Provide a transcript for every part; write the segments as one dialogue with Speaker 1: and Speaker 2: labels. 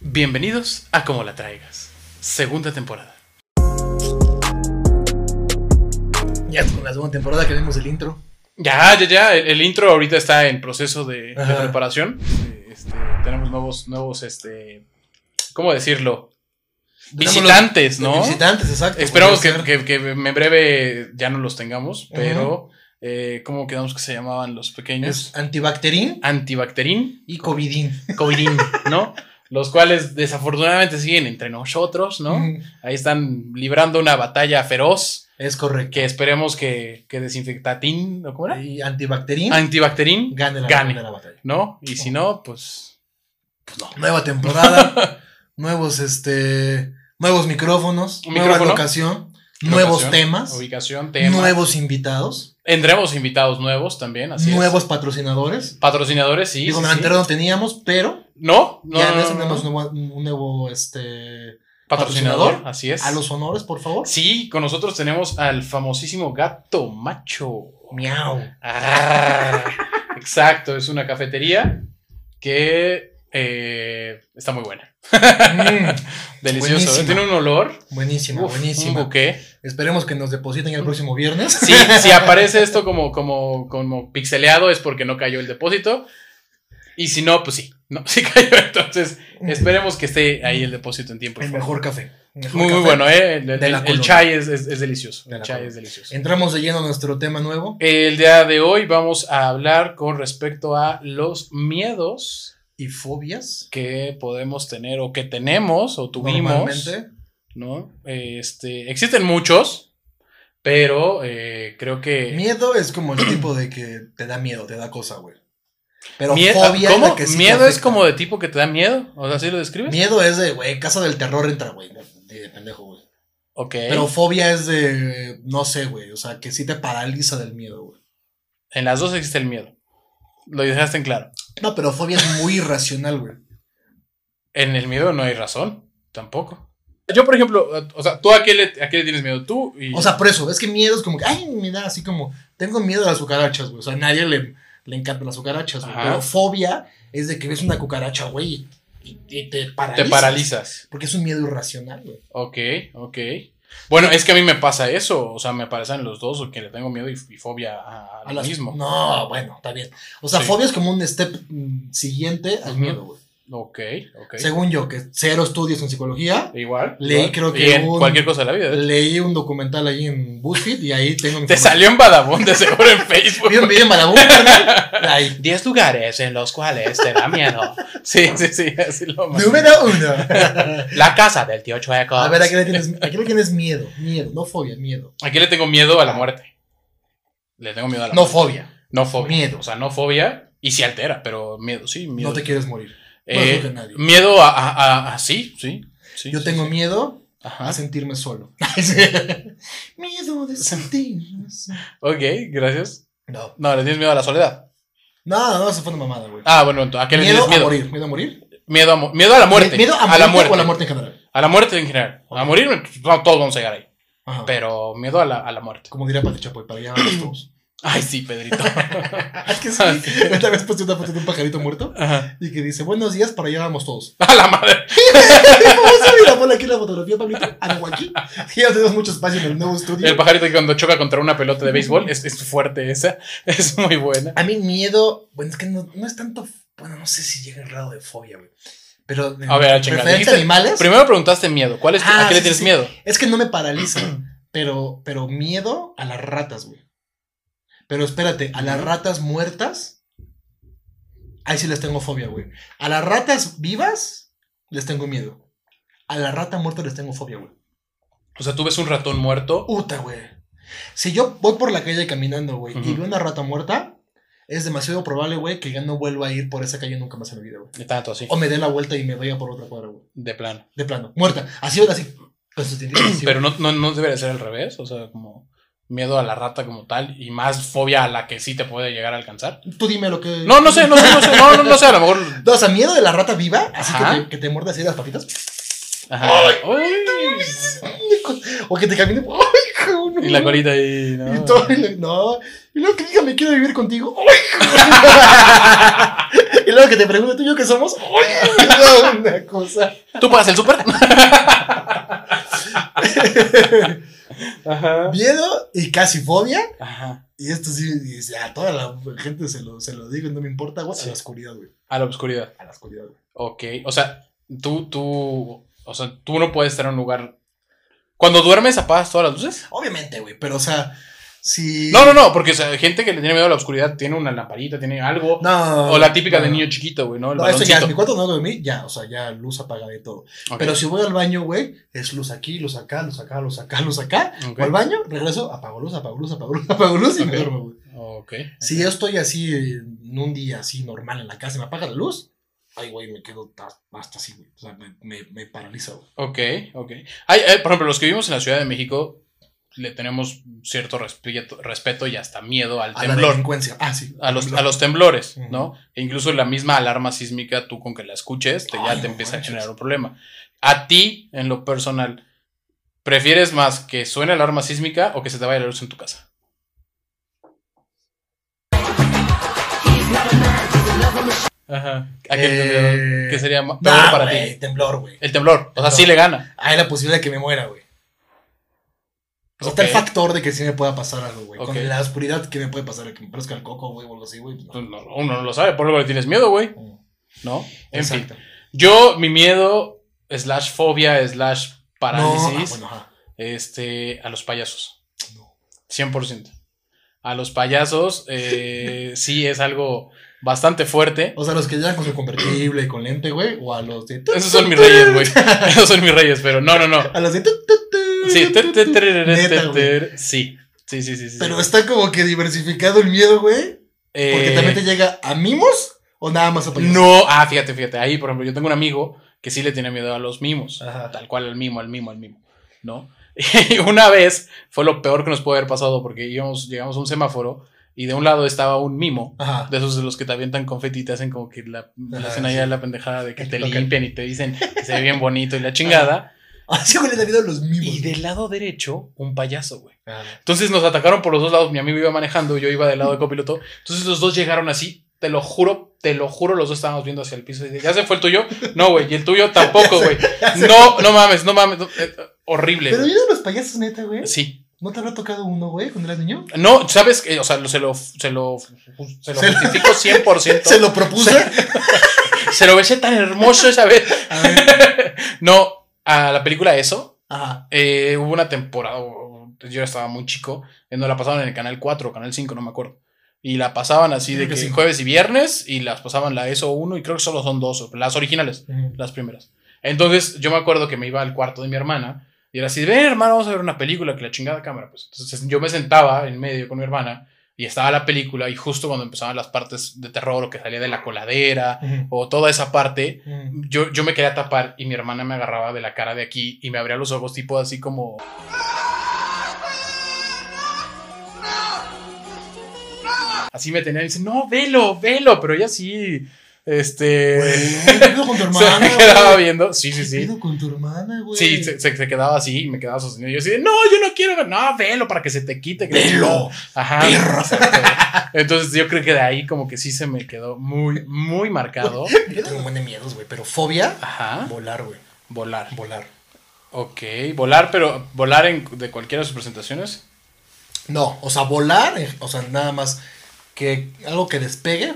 Speaker 1: Bienvenidos a Como la Traigas, segunda temporada.
Speaker 2: Ya con la segunda temporada que vemos el intro.
Speaker 1: Ya, ya, ya, el, el intro ahorita está en proceso de, de
Speaker 2: Ajá.
Speaker 1: preparación. Eh, este, tenemos nuevos, nuevos, este, ¿cómo decirlo?
Speaker 2: Tenemos
Speaker 1: Visitantes,
Speaker 2: los-
Speaker 1: ¿no?
Speaker 2: Visitantes, exacto.
Speaker 1: Esperamos que,
Speaker 2: podría
Speaker 1: que-
Speaker 2: ser.
Speaker 1: que en breve ya no los tengamos, pero eh, ¿cómo quedamos que se llamaban los pequeños?
Speaker 2: Es antibacterín
Speaker 1: Antibacterín,
Speaker 2: y covidín.
Speaker 1: covidín, ¿no? Los cuales desafortunadamente siguen entre nosotros, ¿no?
Speaker 2: Ujú.
Speaker 1: Ahí están librando una batalla feroz
Speaker 2: Es correcto.
Speaker 1: que esperemos que, que desinfectatín, ¿no? ¿Cómo era?
Speaker 2: Y antibacterín
Speaker 1: Antibacterín,
Speaker 2: gane la
Speaker 1: gane.
Speaker 2: gane la batalla.
Speaker 1: ¿no? Y
Speaker 2: Oh.
Speaker 1: si no, pues...
Speaker 2: Nueva temporada, nuevos este nuevos micrófonos, nueva
Speaker 1: Micrófono.
Speaker 2: locación, nuevos
Speaker 1: Locación,
Speaker 2: temas,
Speaker 1: Ubicación, tema.
Speaker 2: nuevos invitados,
Speaker 1: Tendremos invitados nuevos también, así es.
Speaker 2: nuevos patrocinadores.
Speaker 1: Patrocinadores, sí.
Speaker 2: Digo,
Speaker 1: sí,
Speaker 2: en el
Speaker 1: sí.
Speaker 2: anterior no teníamos, pero
Speaker 1: No, no,
Speaker 2: ya
Speaker 1: no,
Speaker 2: en
Speaker 1: no,
Speaker 2: este
Speaker 1: no,
Speaker 2: tenemos
Speaker 1: no.
Speaker 2: nuevo- un nuevo este
Speaker 1: Patrocinador,
Speaker 2: patrocinador.
Speaker 1: así es.
Speaker 2: a los honores, por favor.
Speaker 1: Sí, con nosotros tenemos al famosísimo gato macho.
Speaker 2: Miau.
Speaker 1: Ah, exacto, es una cafetería que eh, está muy buena.
Speaker 2: Mm,
Speaker 1: Delicioso.
Speaker 2: Buenísima.
Speaker 1: Tiene un olor.
Speaker 2: buenísima,
Speaker 1: uf,
Speaker 2: buenísima.
Speaker 1: Un buque.
Speaker 2: Esperemos que nos depositen el próximo viernes.
Speaker 1: Si, si aparece esto como, como, como pixeleado es porque no cayó el depósito. Y si no, pues sí. No, sí cayó. Entonces, esperemos que esté ahí el depósito en tiempo. y
Speaker 2: El
Speaker 1: forma.
Speaker 2: mejor café. Mejor
Speaker 1: Muy, muy
Speaker 2: café.
Speaker 1: bueno, ¿eh? El, el-
Speaker 2: De la
Speaker 1: el
Speaker 2: colonia.
Speaker 1: chai es, es- es delicioso.
Speaker 2: De
Speaker 1: El
Speaker 2: la
Speaker 1: chai
Speaker 2: colonia.
Speaker 1: es delicioso.
Speaker 2: Entramos de lleno a nuestro tema nuevo
Speaker 1: El día de hoy vamos a hablar con respecto a los miedos
Speaker 2: y fobias.
Speaker 1: que podemos tener o que tenemos o tuvimos.
Speaker 2: Normalmente.
Speaker 1: ¿no? Este, existen muchos, pero eh, creo que...
Speaker 2: Miedo es como el tipo de que te da miedo, te da cosa, güey. Pero
Speaker 1: Mie-
Speaker 2: fobia
Speaker 1: ¿Cómo?
Speaker 2: es la que sí te
Speaker 1: miedo es
Speaker 2: afecta.
Speaker 1: como de tipo que te da miedo. O sea, ¿sí lo describes?
Speaker 2: Miedo es de, güey, casa del terror entra, güey. De de pendejo, güey.
Speaker 1: ok.
Speaker 2: Pero fobia es de, no sé, güey. O sea, que sí te paraliza del miedo, güey.
Speaker 1: En las dos existe el miedo. Lo dejaste en claro.
Speaker 2: No, pero fobia es muy irracional, güey.
Speaker 1: En el miedo no hay razón, tampoco. Yo, por ejemplo, o sea, ¿tú a qué le, a qué le tienes miedo? Tú y...
Speaker 2: O sea, por eso, es que miedo es como que, ay, me da así como, tengo miedo a las cucarachas, güey. O sea, a nadie le, le encantan las cucarachas, güey.
Speaker 1: Ajá.
Speaker 2: Pero fobia es de que ves una cucaracha, güey, y, y te paraliza.
Speaker 1: te paralizas.
Speaker 2: Porque es un miedo irracional, güey.
Speaker 1: Ok, ok. Bueno, es que a mí me pasa eso. O sea, me parecen los dos, o que le tengo miedo y, y fobia a, a
Speaker 2: A
Speaker 1: lo
Speaker 2: las-
Speaker 1: mismo.
Speaker 2: No, bueno, está bien. O sea,
Speaker 1: Sí.
Speaker 2: fobia es como un step mm, siguiente al
Speaker 1: Ujú.
Speaker 2: miedo, güey.
Speaker 1: Ok, ok.
Speaker 2: Según yo, que cero estudios en psicología,
Speaker 1: Igual.
Speaker 2: Leí,
Speaker 1: igual.
Speaker 2: creo
Speaker 1: Y
Speaker 2: que
Speaker 1: en
Speaker 2: un-
Speaker 1: cualquier cosa de la vida. ¿eh?
Speaker 2: leí un documental ahí en BuzzFeed y ahí tengo mi
Speaker 1: Te salió en Badabun, de seguro en Facebook.
Speaker 2: Vi un video en Badabun, carnal, Ahí.
Speaker 1: 10 lugares en los cuales te da miedo. Sí, sí, sí, así lo mando.
Speaker 2: Número uno.
Speaker 1: La casa del tío Chueco.
Speaker 2: A ver, ¿a qué le tienes, a qué le tienes miedo? Miedo, no fobia, miedo.
Speaker 1: Aquí le tengo miedo a la muerte. Le tengo miedo a la
Speaker 2: No
Speaker 1: muerte.
Speaker 2: fobia.
Speaker 1: No fobia.
Speaker 2: Miedo.
Speaker 1: O sea, no fobia y se altera, pero miedo, sí, miedo.
Speaker 2: No te quieres morir.
Speaker 1: Eh,
Speaker 2: no es lo que nadie.
Speaker 1: Miedo a, a- a- a- sí, sí. sí,
Speaker 2: Yo
Speaker 1: sí,
Speaker 2: tengo
Speaker 1: sí. Ah.
Speaker 2: miedo a
Speaker 1: Ajá.
Speaker 2: sentirme solo. miedo de sentirme solo.
Speaker 1: Ok, gracias.
Speaker 2: No.
Speaker 1: No, le tienes miedo a la soledad.
Speaker 2: No, no, eso fue una mamada, güey.
Speaker 1: Ah, bueno, ¿a qué le
Speaker 2: miedo
Speaker 1: tienes
Speaker 2: a
Speaker 1: miedo?
Speaker 2: morir. Miedo a morir.
Speaker 1: Miedo a, mo- miedo a la muerte.
Speaker 2: Miedo a,
Speaker 1: a la muerte.
Speaker 2: o a la muerte en general.
Speaker 1: A la muerte en general. A morir, no, todos vamos a llegar ahí.
Speaker 2: Ajá.
Speaker 1: Pero miedo a la, a la muerte.
Speaker 2: Como diría Pati Chapoy, para allá vamos todos.
Speaker 1: Ay, sí, Pedrito. Ah,
Speaker 2: es que sí. Otra vez puse una foto de un pajarito muerto
Speaker 1: Ajá.
Speaker 2: y que dice, buenos días, para allá vamos todos.
Speaker 1: A la madre.
Speaker 2: Vamos a mirar por aquí la fotografía, Pablito. Algo aquí. Ya tenemos mucho espacio en el nuevo estudio.
Speaker 1: El pajarito que cuando choca contra una pelota de béisbol es, es fuerte esa. Es muy buena.
Speaker 2: A mí miedo, bueno, es que no, no es tanto, bueno, no sé si llega el grado de fobia, güey. Pero en
Speaker 1: A ver, a chingar,
Speaker 2: referencia
Speaker 1: dijiste-
Speaker 2: a animales,
Speaker 1: Primero preguntaste miedo. ¿Cuál es tu-
Speaker 2: Ah,
Speaker 1: ¿A qué le
Speaker 2: sí,
Speaker 1: tienes
Speaker 2: sí, sí.
Speaker 1: miedo?
Speaker 2: es que no me paraliza, pero, pero miedo a las ratas, güey. Pero espérate, a las ratas muertas, ahí sí les tengo fobia, güey. A las ratas vivas, les tengo miedo. A la rata muerta les tengo fobia, güey.
Speaker 1: O sea, tú ves un ratón muerto.
Speaker 2: Puta, güey. Si yo voy por la calle caminando, güey, y
Speaker 1: Ujú.
Speaker 2: veo una rata muerta, es demasiado probable, güey, que ya no vuelva a ir por esa calle nunca más en mi vida, güey.
Speaker 1: Y tanto así,
Speaker 2: O me dé la vuelta y me vaya por otra cuadra, güey.
Speaker 1: de plano.
Speaker 2: De plano. Muerta. Así o así. Con sus dientes así,
Speaker 1: Pero no, no, no debería ser al revés. O sea, como miedo a la rata como tal y más fobia a la que sí te puede llegar a alcanzar.
Speaker 2: güey. Tú dime lo que.
Speaker 1: No, no sé, no sé, no sé. No, no, no sé. A lo mejor.
Speaker 2: No, o sea, miedo de la rata viva, así
Speaker 1: Ajá.
Speaker 2: que te, que te muerde así las patitas.
Speaker 1: Ajá.
Speaker 2: O que te camine. ¡Ay, cabrón! no.
Speaker 1: Uy, y la colita ahí. ¿no?
Speaker 2: Y todo, y le- no. Y luego que diga, me quiero vivir contigo. ¡Ay, cabrón! y luego que te pregunte tú y yo que somos. Oye, una cosa.
Speaker 1: ¿Tú pagas el súper? Ajá.
Speaker 2: Miedo y casi fobia.
Speaker 1: Ajá.
Speaker 2: Y esto sí, y a toda la gente se lo, se lo digo, no me importa, güey. A la oscuridad, güey.
Speaker 1: A la oscuridad.
Speaker 2: A la oscuridad, güey.
Speaker 1: Ok. O sea, tú, tú. O sea, tú no puedes estar en un lugar. Cuando duermes, apagas todas las luces.
Speaker 2: Obviamente, güey, pero o sea, si.
Speaker 1: No, no, no, porque o sea, hay gente que le tiene miedo a la oscuridad tiene una lamparita, tiene algo.
Speaker 2: No.
Speaker 1: o la típica
Speaker 2: no,
Speaker 1: de
Speaker 2: no.
Speaker 1: niño chiquito, güey, ¿no? El
Speaker 2: No, eso
Speaker 1: baloncito.
Speaker 2: ya, en mi cuarto no dormí, ya, o sea, ya luz apagada y todo.
Speaker 1: Ok,
Speaker 2: Pero si voy al baño, güey, es luz aquí, luz acá, luz acá, luz acá, luz acá.
Speaker 1: ok,
Speaker 2: Voy al baño, regreso, apago luz, apago luz, apago luz, apago luz y
Speaker 1: Ok.
Speaker 2: me duermo, güey.
Speaker 1: ok.
Speaker 2: Si yo estoy así en un día así normal en la casa y me apaga la luz, ay, güey, me quedo ta- hasta así, güey. O sea, me, me, me paraliza, güey.
Speaker 1: Ok, ok. Hay, hay, por ejemplo, los que vivimos en la Ciudad de México le tenemos cierto respeto, respeto y hasta miedo al
Speaker 2: A la
Speaker 1: temblor,
Speaker 2: delincuencia. Ah, sí.
Speaker 1: a los,
Speaker 2: temblor.
Speaker 1: a los temblores,
Speaker 2: Ujú.
Speaker 1: ¿no? E incluso la misma alarma sísmica, tú con que la escuches, te, ya
Speaker 2: Ay,
Speaker 1: te
Speaker 2: no
Speaker 1: empieza a
Speaker 2: manches.
Speaker 1: generar un problema. A ti, en lo personal, ¿prefieres más que suene alarma sísmica o que se te vaya la luz en tu casa? Ajá. ¿A qué,
Speaker 2: Eh,
Speaker 1: qué sería ma- peor
Speaker 2: Nah,
Speaker 1: para ti?
Speaker 2: güey, Temblor, güey.
Speaker 1: El temblor. O sea,
Speaker 2: Temblor.
Speaker 1: sí le gana.
Speaker 2: Hay la posibilidad de que me muera, güey. O sea, está el
Speaker 1: Ok.
Speaker 2: factor de que sí me pueda pasar algo, güey.
Speaker 1: Ok.
Speaker 2: Con la oscuridad, ¿qué me puede pasar? Que me parezca el coco, güey, o algo así, güey.
Speaker 1: Pues no, Uno no lo sabe, por algo le tienes miedo, güey.
Speaker 2: Mm.
Speaker 1: ¿No? En fin.
Speaker 2: Exacto.
Speaker 1: Yo, mi miedo, slash fobia, slash
Speaker 2: No, ah,
Speaker 1: parálisis,
Speaker 2: bueno, ajá.
Speaker 1: este, a los payasos.
Speaker 2: No.
Speaker 1: 100%. A los payasos, eh, sí es algo bastante fuerte.
Speaker 2: O sea, los que llegan con su convertible y con lente, güey, o a los de. tut,
Speaker 1: Esos
Speaker 2: tut,
Speaker 1: son mis
Speaker 2: tut,
Speaker 1: reyes, güey. Esos son mis reyes, pero no, no, no.
Speaker 2: A los de. tut, tut, tut,
Speaker 1: Sí,
Speaker 2: tut,
Speaker 1: ter,
Speaker 2: tut,
Speaker 1: ter,
Speaker 2: tut.
Speaker 1: ter, ter,
Speaker 2: Neta,
Speaker 1: ter,
Speaker 2: güey.
Speaker 1: ter. sí. Sí, sí, sí, sí.
Speaker 2: Pero
Speaker 1: sí.
Speaker 2: está como que diversificado el miedo, güey. Porque
Speaker 1: Eh,
Speaker 2: también te llega a mimos o nada más a payasos.
Speaker 1: No, ah, fíjate, fíjate. Ahí, por ejemplo, yo tengo un amigo que sí le tiene miedo a los mimos.
Speaker 2: Ajá.
Speaker 1: Tal cual, al mimo, al mimo, al mimo. ¿No? Y una vez fue lo peor que nos pudo haber pasado porque íbamos, llegamos a un semáforo y de un lado estaba un mimo.
Speaker 2: Ajá.
Speaker 1: De esos de los que te avientan confeti y te hacen como que la, la
Speaker 2: Ajá,
Speaker 1: hacen
Speaker 2: sí.
Speaker 1: allá la pendejada de que
Speaker 2: Que
Speaker 1: te
Speaker 2: te tocan.
Speaker 1: limpian y te dicen que se ve bien bonito y la chingada.
Speaker 2: Así con el David a los mimos.
Speaker 1: Y del lado derecho, un payaso, güey.
Speaker 2: Ah.
Speaker 1: Entonces nos atacaron por los dos lados. Mi amigo iba manejando, yo iba del lado de copiloto. Entonces los dos llegaron así. Te lo juro, te lo juro, los dos estábamos viendo hacia el piso. Y de, ya se fue el tuyo. No, güey. Y el tuyo tampoco, güey. No, no mames, no mames. no, eh, horrible.
Speaker 2: Pero
Speaker 1: güey.
Speaker 2: yo de los payasos, neta, güey.
Speaker 1: Sí.
Speaker 2: ¿No te habrá tocado uno, güey, cuando eras niño?
Speaker 1: No, ¿sabes? que O sea, lo- se lo, se lo, se lo
Speaker 2: Se lo-
Speaker 1: justifico 100%.
Speaker 2: Se lo propuse.
Speaker 1: Se lo besé tan hermoso esa vez.
Speaker 2: A ver.
Speaker 1: No, a la película Eso,
Speaker 2: Ajá.
Speaker 1: eh, hubo una temporada, o- yo estaba muy chico, en donde la pasaban en el canal 4 o canal 5, no me acuerdo. Y la pasaban así
Speaker 2: Creo
Speaker 1: de que
Speaker 2: que sí.
Speaker 1: jueves y viernes, y las pasaban la ESO 1, y creo que solo son dos, las originales,
Speaker 2: eh,
Speaker 1: las primeras. Entonces yo me acuerdo que me iba al cuarto de mi hermana, y era así, ven hermano, vamos a ver una película, que la chingada cámara. Pues. Entonces yo me sentaba en medio con mi hermana, y estaba la película, y justo cuando empezaban las partes de terror, o que salía de la coladera,
Speaker 2: eh,
Speaker 1: o toda esa parte, yo, yo me quería tapar y mi hermana me agarraba de la cara de aquí y me abría los ojos tipo así como... Así me tenía y dice, no, velo, velo, pero ella sí, este...
Speaker 2: Güey, ¿Qué pedo con tu
Speaker 1: se
Speaker 2: hermana?
Speaker 1: me quedaba
Speaker 2: güey?
Speaker 1: viendo, sí, sí,
Speaker 2: ¿Qué
Speaker 1: sí.
Speaker 2: pedo con tu hermana, güey?
Speaker 1: Sí, se, se- se quedaba así y me quedaba sostenido. Yo así de, no, yo no quiero ver, no, velo para que se te quite. que-
Speaker 2: Velo.
Speaker 1: Ajá. exacto. Entonces yo creo que de ahí como que sí se me quedó muy, muy marcado.
Speaker 2: Yo tengo un buen de miedos, güey, pero fobia,
Speaker 1: Ajá.
Speaker 2: volar, güey,
Speaker 1: Volar.
Speaker 2: volar.
Speaker 1: Ok, volar, pero volar en, de cualquiera de sus presentaciones.
Speaker 2: No, o sea, volar, eh, o sea, nada más que algo que despegue.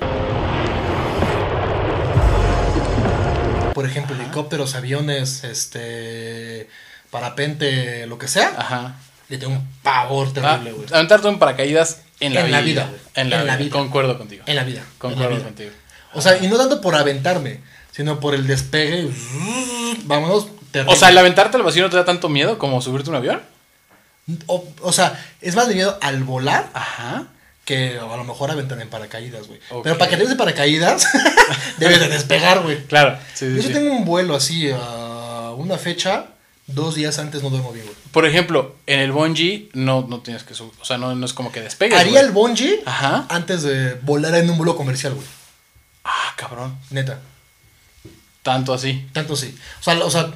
Speaker 2: Por ejemplo, helicópteros, aviones, este, parapente, lo que sea.
Speaker 1: Ajá.
Speaker 2: Le tengo un pavor
Speaker 1: Ah,
Speaker 2: terrible, güey.
Speaker 1: aventarte un paracaídas en la
Speaker 2: En
Speaker 1: vida.
Speaker 2: la vida, güey.
Speaker 1: en la,
Speaker 2: En la
Speaker 1: vida.
Speaker 2: vida.
Speaker 1: Concuerdo contigo.
Speaker 2: En la vida. en la
Speaker 1: Concuerdo
Speaker 2: vida.
Speaker 1: contigo.
Speaker 2: O sea, y no tanto por aventarme, sino por el despegue. y Vámonos, terrible.
Speaker 1: O sea, el aventarte al vacío no te da tanto miedo como subirte a un avión.
Speaker 2: O- o sea, es más de miedo al volar
Speaker 1: Ajá.
Speaker 2: que a lo mejor aventan en paracaídas, güey.
Speaker 1: Ok.
Speaker 2: Pero para que te des de paracaídas, debes de despegar, güey.
Speaker 1: Claro. sí, sí,
Speaker 2: Yo sí
Speaker 1: sí.
Speaker 2: tengo un vuelo así a una fecha, dos días antes no duermo bien, güey.
Speaker 1: Por ejemplo, en el bungee no, no tienes que subir. O sea, no, no es como que despegues.
Speaker 2: Haría
Speaker 1: güey.
Speaker 2: el bungee
Speaker 1: Ajá.
Speaker 2: antes de volar en un vuelo comercial, güey.
Speaker 1: Ah, cabrón.
Speaker 2: Neta.
Speaker 1: Tanto así.
Speaker 2: Tanto sí. O sea, o sea,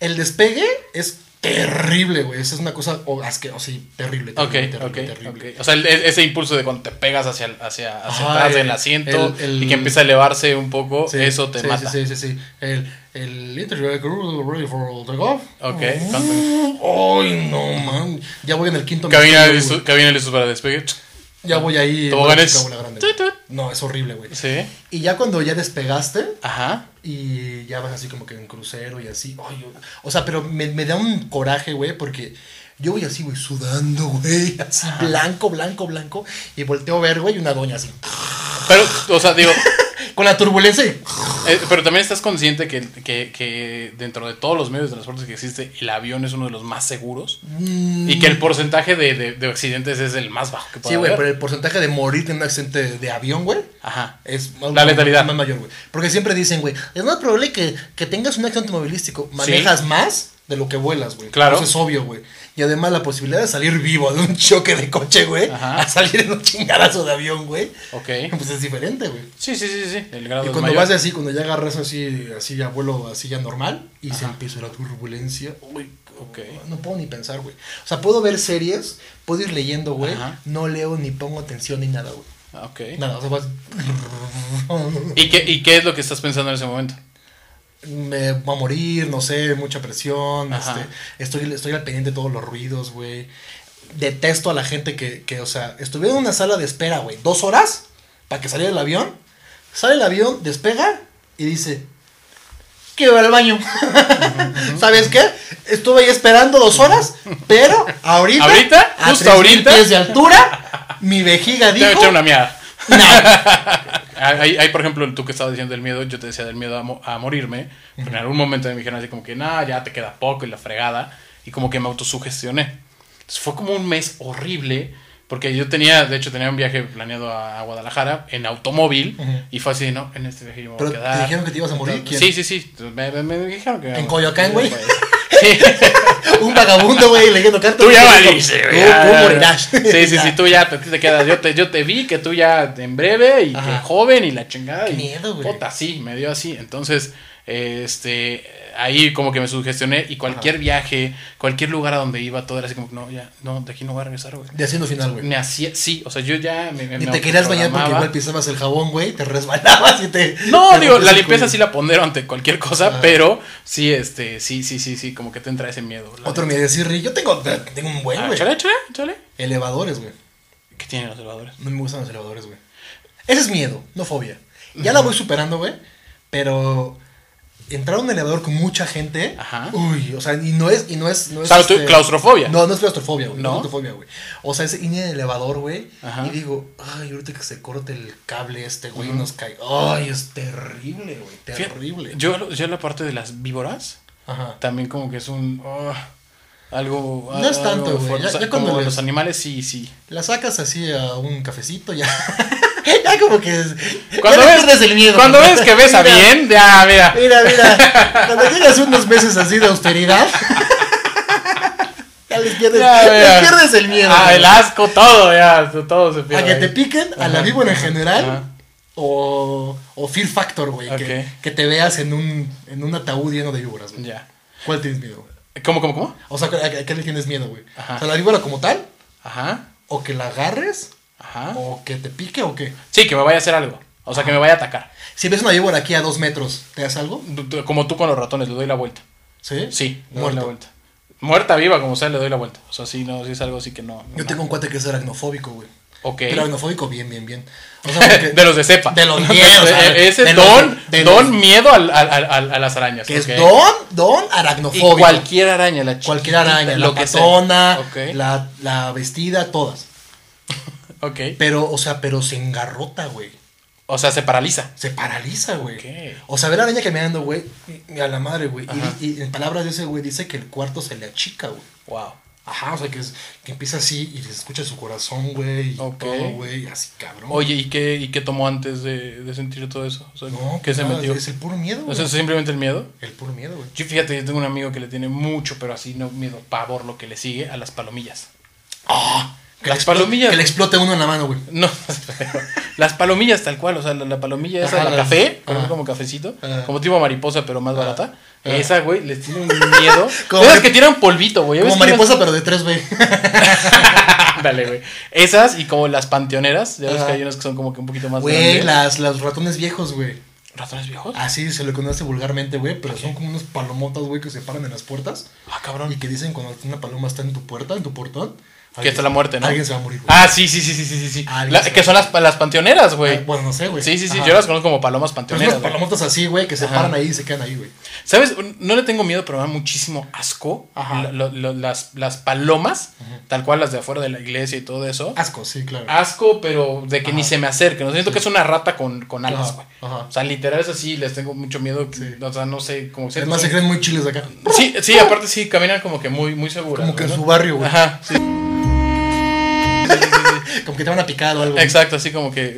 Speaker 2: el despegue es terrible, güey. Esa es una cosa o- asque- o sí, terrible,
Speaker 1: Ok,
Speaker 2: terrible, terrible,
Speaker 1: ok,
Speaker 2: terrible.
Speaker 1: ok. O sea, el- e- ese impulso de cuando te pegas hacia, el- hacia, hacia
Speaker 2: Ajá,
Speaker 1: atrás del
Speaker 2: el-
Speaker 1: asiento
Speaker 2: el- el-
Speaker 1: y que empieza a elevarse un poco,
Speaker 2: Sí,
Speaker 1: eso te
Speaker 2: sí,
Speaker 1: mata.
Speaker 2: Sí, sí, sí, sí. El, el interior crew ready for takeoff.
Speaker 1: Ok,
Speaker 2: Oh. Ay, no, man. Ya voy en el quinto
Speaker 1: Cabina
Speaker 2: minuto,
Speaker 1: de
Speaker 2: güey.
Speaker 1: su- cabina de sus para despegue.
Speaker 2: Ya voy ahí.
Speaker 1: Toboganes.
Speaker 2: en la grande,
Speaker 1: Tut,
Speaker 2: güey.
Speaker 1: tut.
Speaker 2: No, es horrible, güey.
Speaker 1: Sí.
Speaker 2: Y ya cuando ya despegaste
Speaker 1: Ajá.
Speaker 2: y ya vas así como que en crucero y así. ay, yo- o sea, pero me, me da un coraje, güey, porque yo voy así, güey, sudando, güey. Así blanco, blanco, blanco. Y volteo a ver, güey, y una doña así.
Speaker 1: Pero, o sea, digo,
Speaker 2: Con la turbulencia y.
Speaker 1: eh, pero también estás consciente que, que, que dentro de todos los medios de transporte que existe, el avión es uno de los más seguros y que el porcentaje de, de- de accidentes es el más bajo que puede
Speaker 2: Mm. Sí, güey,
Speaker 1: haber.
Speaker 2: pero el porcentaje de morir en un accidente de, de avión, güey,
Speaker 1: Ajá.
Speaker 2: es
Speaker 1: La letalidad.
Speaker 2: más mayor, güey. Porque siempre dicen, güey, es más probable que, que tengas un accidente automovilístico. Manejas más de lo que vuelas, güey.
Speaker 1: Claro.
Speaker 2: Eso es obvio, güey. Y además la posibilidad de salir vivo de un choque de coche, güey,
Speaker 1: Ajá.
Speaker 2: a salir en un chingadazo de avión, güey,
Speaker 1: Ok.
Speaker 2: pues es diferente, güey.
Speaker 1: Sí, sí, sí, sí. El
Speaker 2: Y
Speaker 1: grado es
Speaker 2: cuando
Speaker 1: mayor.
Speaker 2: vas así, cuando ya agarras así, así ya vuelo así ya normal, y se empieza la turbulencia, uy,
Speaker 1: Ok.
Speaker 2: no puedo ni pensar, güey. O sea, puedo ver series, puedo ir leyendo, güey,
Speaker 1: Ajá.
Speaker 2: no leo ni pongo atención ni nada, güey.
Speaker 1: Ok.
Speaker 2: Nada, o sea, vas...
Speaker 1: ¿Y qué, ¿Y qué es lo que estás pensando en ese momento?
Speaker 2: Me va a morir, no sé, mucha presión.
Speaker 1: Ajá.
Speaker 2: este, estoy, estoy al pendiente de todos los ruidos, güey. Detesto a la gente que, que, o sea, estuviera en una sala de espera, güey, dos horas para que saliera el avión. Sale el avión, despega y dice, que va al baño. ¿Sabes qué? Estuve ahí esperando dos horas, pero ahorita,
Speaker 1: ¿Ahorita?
Speaker 2: a
Speaker 1: ¿Justo
Speaker 2: 3000
Speaker 1: ahorita?
Speaker 2: pies de altura, mi vejiga
Speaker 1: Te voy a
Speaker 2: dijo,
Speaker 1: echar una miada.
Speaker 2: "No".
Speaker 1: Hay, hay, por ejemplo, tú que estabas diciendo del miedo, yo te decía del miedo a, mo- a morirme. Pero en algún momento me dijeron así como que, nah, ya te queda poco y la fregada. Y como que me autosugestioné. Entonces fue como un mes horrible. Porque yo tenía, de hecho, tenía un viaje planeado a, a Guadalajara en automóvil.
Speaker 2: Ujú.
Speaker 1: Y fue así, no, en este viaje yo me voy
Speaker 2: Pero
Speaker 1: a
Speaker 2: te
Speaker 1: quedar.
Speaker 2: dijeron que te ibas a morir. ¿quién?
Speaker 1: Sí, sí, sí. Me, me- me dijeron que.
Speaker 2: ¿En Coyoacán, güey?
Speaker 1: Sí.
Speaker 2: Un vagabundo, güey, leyendo cartas.
Speaker 1: Tú ya
Speaker 2: Dijo,
Speaker 1: valiste,
Speaker 2: "Tú-
Speaker 1: güey.
Speaker 2: Tú,
Speaker 1: Ya,
Speaker 2: morirás.
Speaker 1: ya, ya. Sí, sí, sí, tú ya te, te quedas. Yo te, yo te vi que tú ya en breve y que
Speaker 2: Ajá.
Speaker 1: joven y la chingada.
Speaker 2: Qué
Speaker 1: y,
Speaker 2: miedo, güey.
Speaker 1: Puta, sí, me dio así. Entonces, este, ahí como que me sugestioné y cualquier viaje, cualquier lugar a donde iba, todo era así como, no, ya, no, de aquí no voy a regresar, güey.
Speaker 2: De haciendo final, güey.
Speaker 1: Me hacía, sí, o sea, yo ya me. me-
Speaker 2: Ni
Speaker 1: me
Speaker 2: te querías bañar porque
Speaker 1: autoprogramaba.
Speaker 2: igual pisabas el jabón, güey, te resbalabas y te.
Speaker 1: No,
Speaker 2: te
Speaker 1: digo,
Speaker 2: rompías
Speaker 1: la
Speaker 2: el
Speaker 1: limpieza
Speaker 2: cuello.
Speaker 1: sí la pondero ante cualquier cosa,
Speaker 2: pues, Ajá.
Speaker 1: pero sí, este, sí, sí, sí, sí, como que te entra ese miedo. la
Speaker 2: Otro me decía, Ri, yo tengo, tengo un
Speaker 1: neta.
Speaker 2: buen,
Speaker 1: Ah,
Speaker 2: güey.
Speaker 1: chale, chale, chale.
Speaker 2: Elevadores, güey.
Speaker 1: ¿Qué tienen los elevadores?
Speaker 2: No me gustan los elevadores, güey. Ese es miedo, no fobia. Ya la voy superando, güey. Pero entrar a un elevador con mucha gente.
Speaker 1: Ajá.
Speaker 2: Uy, o sea, y no es. Y no es, no
Speaker 1: O
Speaker 2: es,
Speaker 1: sea, tú-
Speaker 2: este-
Speaker 1: claustrofobia.
Speaker 2: No, no es claustrofobia, güey. No.
Speaker 1: ¿No?
Speaker 2: es claustrofobia, güey. O sea, es ir en el elevador, güey.
Speaker 1: Ajá.
Speaker 2: Y digo, ay, ahorita que se corte el cable este, güey, nos cae. Ay, es terrible, güey.
Speaker 1: Fíjate,
Speaker 2: Terrible.
Speaker 1: Yo, yo la parte de las víboras,
Speaker 2: Ajá.
Speaker 1: también como que es un... oh, algo...
Speaker 2: No es tanto,
Speaker 1: algo
Speaker 2: güey.
Speaker 1: fuerte.
Speaker 2: Ya-
Speaker 1: O sea,
Speaker 2: ya cuando
Speaker 1: como
Speaker 2: les-
Speaker 1: los animales, sí, sí.
Speaker 2: La sacas así a un cafecito, ya. ya como que. es-
Speaker 1: Cuando
Speaker 2: ya le
Speaker 1: ves-
Speaker 2: pierdes el miedo.
Speaker 1: Cuando ves que ves a
Speaker 2: Mira,
Speaker 1: bien, ya, mira.
Speaker 2: Mira, mira, cuando llegas unos meses así de austeridad, ya les pierdes,
Speaker 1: ya,
Speaker 2: les
Speaker 1: mira.
Speaker 2: pierdes el miedo.
Speaker 1: Ah,
Speaker 2: güey.
Speaker 1: el asco, todo, ya, todo se
Speaker 2: a
Speaker 1: pierde.
Speaker 2: que
Speaker 1: ahí.
Speaker 2: te piquen, a la
Speaker 1: Ajá.
Speaker 2: víbora en general,
Speaker 1: Ajá.
Speaker 2: o, o Fear Factor, güey, que,
Speaker 1: Ok.
Speaker 2: que te veas en un, en un ataúd lleno de víboras, güey.
Speaker 1: Ya.
Speaker 2: ¿Cuál tienes miedo? güey?
Speaker 1: ¿Cómo, cómo, cómo?
Speaker 2: O sea, ¿a, a- a qué le tienes miedo, güey?
Speaker 1: Ajá.
Speaker 2: O sea, la víbora como tal,
Speaker 1: Ajá,
Speaker 2: o que la agarres,
Speaker 1: ajá.
Speaker 2: o que te pique, o qué.
Speaker 1: Sí, que me vaya a hacer algo. O sea, que me vaya a atacar.
Speaker 2: Si ves una víbora aquí a dos metros, ¿te das algo?
Speaker 1: Du- du- Como tú con los ratones, le doy la vuelta.
Speaker 2: Sí.
Speaker 1: Sí, le doy la
Speaker 2: Muerto.
Speaker 1: vuelta. Muerta viva, como sea, le doy la vuelta. O sea, sí, no, sí es algo así que no.
Speaker 2: Yo
Speaker 1: no.
Speaker 2: tengo un cuate que es aracnofóbico, güey.
Speaker 1: Ok.
Speaker 2: Pero aracnofóbico, bien, bien, bien. O sea, porque-
Speaker 1: De los de cepa.
Speaker 2: De los miedos,
Speaker 1: E-
Speaker 2: a ver,
Speaker 1: Ese
Speaker 2: de los-
Speaker 1: don,
Speaker 2: de los-
Speaker 1: don miedo al- al- al- al- a las arañas.
Speaker 2: Que
Speaker 1: ok.
Speaker 2: es don, don
Speaker 1: Y
Speaker 2: aracnofóbico.
Speaker 1: cualquier araña, la chiquita,
Speaker 2: Cualquier araña,
Speaker 1: lo
Speaker 2: la
Speaker 1: que sea.
Speaker 2: patona,
Speaker 1: Ok.
Speaker 2: la, la vestida, todas.
Speaker 1: Ok.
Speaker 2: Pero, o sea, pero se engarrota, güey.
Speaker 1: O sea, se paraliza.
Speaker 2: Se paraliza, güey.
Speaker 1: Ok.
Speaker 2: O sea, ver a la araña caminando, güey, y- y a la madre, güey. Y-
Speaker 1: Ajá.
Speaker 2: Y, en palabras de ese güey dice que el cuarto se le achica, güey.
Speaker 1: Wow.
Speaker 2: Ajá, o sea, que, es, que empieza así y se escucha su corazón, güey, y
Speaker 1: Ok.
Speaker 2: todo, güey, así cabrón.
Speaker 1: Oye, ¿y qué, y qué tomó antes de, de sentir todo eso? O sea,
Speaker 2: no,
Speaker 1: ¿qué se
Speaker 2: nada,
Speaker 1: metió?
Speaker 2: Es el puro miedo,
Speaker 1: O
Speaker 2: güey.
Speaker 1: sea, ¿es simplemente el miedo?
Speaker 2: El puro miedo, güey.
Speaker 1: Yo fíjate, yo tengo un amigo que le tiene mucho, pero así no miedo, pavor, lo que le sigue a las palomillas.
Speaker 2: ¡Ah! Que
Speaker 1: Las
Speaker 2: le explo-
Speaker 1: palomillas.
Speaker 2: Que le explote uno en la mano, güey.
Speaker 1: No, las palomillas tal cual, o sea, la, la palomilla esa,
Speaker 2: Ajá,
Speaker 1: la
Speaker 2: la-
Speaker 1: café, como-
Speaker 2: ajá.
Speaker 1: como cafecito,
Speaker 2: Ajá.
Speaker 1: como tipo mariposa, pero más
Speaker 2: Ajá.
Speaker 1: barata.
Speaker 2: Ajá.
Speaker 1: Esa, güey, les tiene un miedo.
Speaker 2: Como
Speaker 1: Esas
Speaker 2: marip-
Speaker 1: que tiran polvito, güey. ya ves
Speaker 2: Como
Speaker 1: que iban-
Speaker 2: mariposa, pero de 3B.
Speaker 1: Ándale, güey. Esas y como las panteoneras, ya ves
Speaker 2: Ajá.
Speaker 1: que hay unas que son como que un poquito más
Speaker 2: Güey,
Speaker 1: grandes.
Speaker 2: las, los ratones viejos, güey.
Speaker 1: ¿Ratones viejos?
Speaker 2: Así se le conoce vulgarmente, güey, pero son como unos palomotas, güey, que se paran en las puertas
Speaker 1: Ah,
Speaker 2: y
Speaker 1: cabrón.
Speaker 2: que dicen cuando una paloma está en tu puerta, en tu portón.
Speaker 1: Que está la muerte, ¿no?
Speaker 2: Alguien se va a morir, güey.
Speaker 1: Ah, sí, sí, sí, sí, sí, sí, sí.
Speaker 2: Alguien
Speaker 1: La-
Speaker 2: se-
Speaker 1: que son las, las panteoneras,
Speaker 2: Ah,
Speaker 1: güey.
Speaker 2: Bueno, no sé, güey.
Speaker 1: Sí, sí, sí,
Speaker 2: Ajá.
Speaker 1: yo las conozco como palomas
Speaker 2: Pero son
Speaker 1: panteoneras.
Speaker 2: unas
Speaker 1: güey.
Speaker 2: palomotas así, güey, que se
Speaker 1: Ajá.
Speaker 2: paran ahí y se quedan ahí, güey.
Speaker 1: ¿Sabes? No le tengo miedo, pero me da muchísimo asco.
Speaker 2: Ajá.
Speaker 1: La- lo- lo- las, las palomas,
Speaker 2: Ajá.
Speaker 1: tal cual las de afuera de la iglesia y todo eso.
Speaker 2: Asco, sí, claro.
Speaker 1: Asco, pero de que ni
Speaker 2: Ajá.
Speaker 1: se me acerque. No siento
Speaker 2: Sí.
Speaker 1: que es una rata con, con
Speaker 2: Ajá,
Speaker 1: alas, güey.
Speaker 2: ajá.
Speaker 1: O sea, literal es así, les tengo mucho miedo.
Speaker 2: Sí.
Speaker 1: O sea, no sé, como que
Speaker 2: Es
Speaker 1: siento
Speaker 2: más, se
Speaker 1: que-
Speaker 2: creen muy chiles acá.
Speaker 1: Sí, sí, aparte sí, caminan como que muy, muy seguras.
Speaker 2: Como que en
Speaker 1: ¿no?
Speaker 2: su barrio, güey.
Speaker 1: Ajá, sí,
Speaker 2: Como que te van a picar o algo.
Speaker 1: exacto, así como que.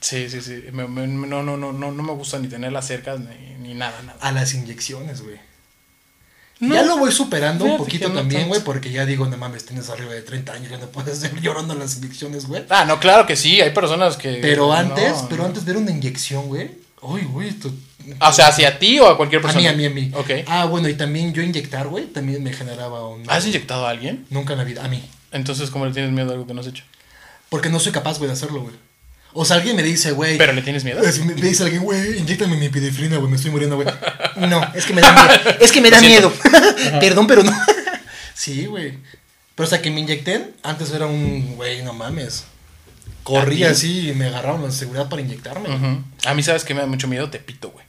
Speaker 1: Sí, sí, sí. Me- me- no, no, no, no, no me gusta ni tenerlas cerca ni, ni nada, nada.
Speaker 2: A las inyecciones, güey.
Speaker 1: No.
Speaker 2: Ya lo voy superando un
Speaker 1: Fíjate
Speaker 2: poquito
Speaker 1: que no
Speaker 2: también,
Speaker 1: tanto.
Speaker 2: güey, porque ya digo, no mames, tienes arriba de 30 años, ya no puedes estar llorando las inyecciones, güey.
Speaker 1: Ah, no, claro que sí, hay personas que.
Speaker 2: Pero
Speaker 1: no,
Speaker 2: antes,
Speaker 1: Eh, no.
Speaker 2: pero antes de ver una inyección, güey. Uy, güey, esto.
Speaker 1: O sea, hacia ti o a cualquier
Speaker 2: A
Speaker 1: persona.
Speaker 2: mí, a mí, a mí.
Speaker 1: Ah, Ok.
Speaker 2: Ah, bueno, y también yo inyectar, güey, también me generaba un.
Speaker 1: ¿Has inyectado a alguien?
Speaker 2: Nunca en la vida, a mí.
Speaker 1: Entonces, ¿cómo le tienes miedo a algo que no has hecho?
Speaker 2: Porque no soy capaz, güey, de hacerlo, güey. O sea, alguien me dice, güey.
Speaker 1: ¿Pero le tienes miedo?
Speaker 2: es- me me dice alguien, güey, inyectame mi epinefrina, güey, me estoy muriendo, güey. No, es que me da miedo. Es que me
Speaker 1: Lo
Speaker 2: da
Speaker 1: siento.
Speaker 2: miedo. Perdón, pero no. sí, güey. Pero hasta que me inyecten, antes era un, güey, no mames. Corrí
Speaker 1: ¿A ti?
Speaker 2: así y me agarraron la seguridad para inyectarme.
Speaker 1: Ujú. A mí, ¿sabes que me da mucho miedo? Te pito, güey.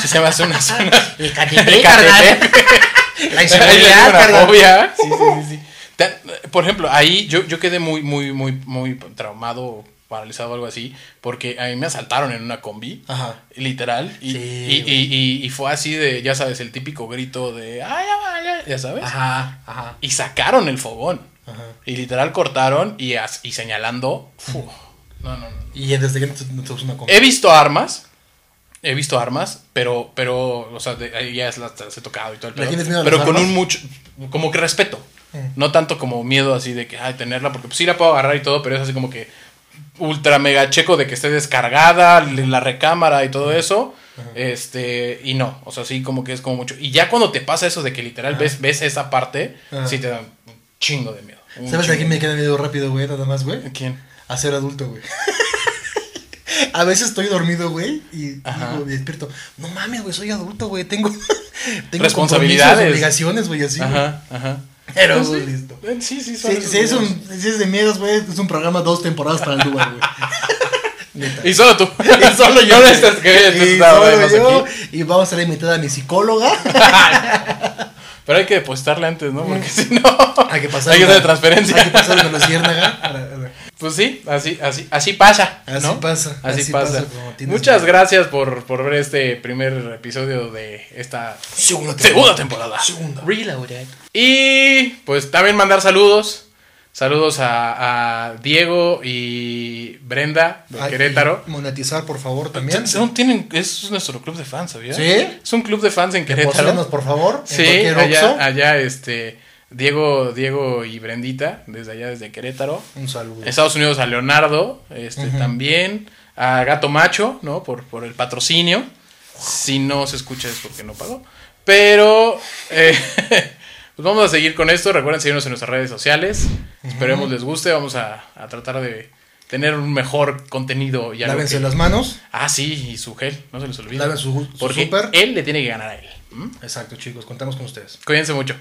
Speaker 1: Si se me hace una zona.
Speaker 2: El
Speaker 1: El
Speaker 2: catete,
Speaker 1: catete.
Speaker 2: carnal. La
Speaker 1: Ahí les digo
Speaker 2: inseguridad,
Speaker 1: una
Speaker 2: carnal.
Speaker 1: fobia. Sí, sí, sí, sí. Ta- Por ejemplo, ahí yo, yo quedé muy, muy, muy, muy traumado, o paralizado o algo así, porque a mí me asaltaron en una combi,
Speaker 2: Ajá.
Speaker 1: literal, y,
Speaker 2: Sí,
Speaker 1: y-
Speaker 2: güey.
Speaker 1: y- y- y fue así de, ya sabes, el típico grito de, "Ah, ya, va, ya", ya sabes,
Speaker 2: Ajá, ajá,
Speaker 1: y sacaron el fogón,
Speaker 2: ajá.
Speaker 1: y literal cortaron y, as- y señalando, fu- no, no, no.
Speaker 2: Y ya desde que no te, no te usas una combi.
Speaker 1: He visto armas. He visto armas, pero, pero, o sea, de- ahí ya es las, las he tocado y todo el
Speaker 2: ¿Le
Speaker 1: pedo,
Speaker 2: tienes miedo a
Speaker 1: Pero
Speaker 2: las
Speaker 1: con
Speaker 2: armas?
Speaker 1: un mucho, como que respeto.
Speaker 2: Mm.
Speaker 1: No tanto como miedo así de que, ay, tenerla, porque pues, sí la puedo agarrar y todo, pero es así como que ultra mega checo de que esté descargada, le- la recámara y todo eso. Este, y no, o sea, sí, como que es como mucho. Y ya cuando te pasa eso de que literal
Speaker 2: Ajá.
Speaker 1: ves, ves esa parte,
Speaker 2: Ajá.
Speaker 1: sí te da un chingo de miedo. un
Speaker 2: ¿Sabes de
Speaker 1: chingo.
Speaker 2: quién me queda miedo rápido, güey? Nada más, güey.
Speaker 1: ¿Quién?
Speaker 2: a ser adulto, güey. A veces estoy dormido, güey, y
Speaker 1: Ajá.
Speaker 2: digo, despierto. No mames, güey, soy adulto, güey. Tengo, tengo
Speaker 1: Responsabilidades.
Speaker 2: compromisos, obligaciones, güey, así. güey.
Speaker 1: Ajá, ajá.
Speaker 2: Pero,
Speaker 1: Pues,
Speaker 2: güey,
Speaker 1: sí.
Speaker 2: listo.
Speaker 1: Eh, Sí, sí, son
Speaker 2: Sí,
Speaker 1: esos
Speaker 2: sí, es
Speaker 1: videos.
Speaker 2: un, sí es de miedos, güey. Es un programa dos temporadas para el Dubai, güey. Neta.
Speaker 1: Y solo tú.
Speaker 2: Y solo yo.
Speaker 1: No
Speaker 2: güey.
Speaker 1: necesitas que veas,
Speaker 2: Y
Speaker 1: entonces, nada,
Speaker 2: solo
Speaker 1: vemos
Speaker 2: yo,
Speaker 1: aquí.
Speaker 2: Y vamos a la invitada a mi psicóloga.
Speaker 1: Pero hay que depositarle antes, ¿no? Porque si no.
Speaker 2: Mm. Hay que pasar.
Speaker 1: Hay que hacer
Speaker 2: una-
Speaker 1: transferencia.
Speaker 2: Hay que pasar una luciérnaga. para- para-
Speaker 1: Pues sí, así, así, así pasa.
Speaker 2: Así
Speaker 1: ¿no?
Speaker 2: pasa,
Speaker 1: Así,
Speaker 2: así
Speaker 1: pasa.
Speaker 2: pasa cuando tienes
Speaker 1: Muchas
Speaker 2: miedo.
Speaker 1: gracias por, por ver este primer episodio de esta
Speaker 2: Segunda
Speaker 1: segunda temporada.
Speaker 2: Segunda.
Speaker 1: Reloaded. Y pues también mandar saludos. Saludos a, a Diego y Brenda de
Speaker 2: Ay,
Speaker 1: Querétaro.
Speaker 2: y Monetizar, por favor, también.
Speaker 1: Son- tienen, es nuestro club de fans, ¿sabías?
Speaker 2: ¿Sí?
Speaker 1: Es un club de fans en Querétaro.
Speaker 2: Patronos, por favor. en
Speaker 1: Sí,
Speaker 2: cualquier Oxxo.
Speaker 1: allá, allá este Diego, Diego y Brendita, desde allá, desde Querétaro.
Speaker 2: Un saludo.
Speaker 1: Estados Unidos a Leonardo, este
Speaker 2: Ujú.
Speaker 1: también, a Gato Macho, ¿no? Por, por el patrocinio. Si no se escucha es porque no pagó. Pero eh, pues vamos a seguir con esto. Recuerden seguirnos en nuestras redes sociales. Esperemos les guste. Vamos a, a tratar de tener un mejor contenido y algo
Speaker 2: Lávense
Speaker 1: que-
Speaker 2: las manos.
Speaker 1: Ah, sí, y su gel, no se les olvide.
Speaker 2: Laven su, su
Speaker 1: porque
Speaker 2: súper.
Speaker 1: él le tiene que ganar a él. ¿m?
Speaker 2: Exacto, eh, chicos. Contamos con ustedes.
Speaker 1: Cuídense mucho.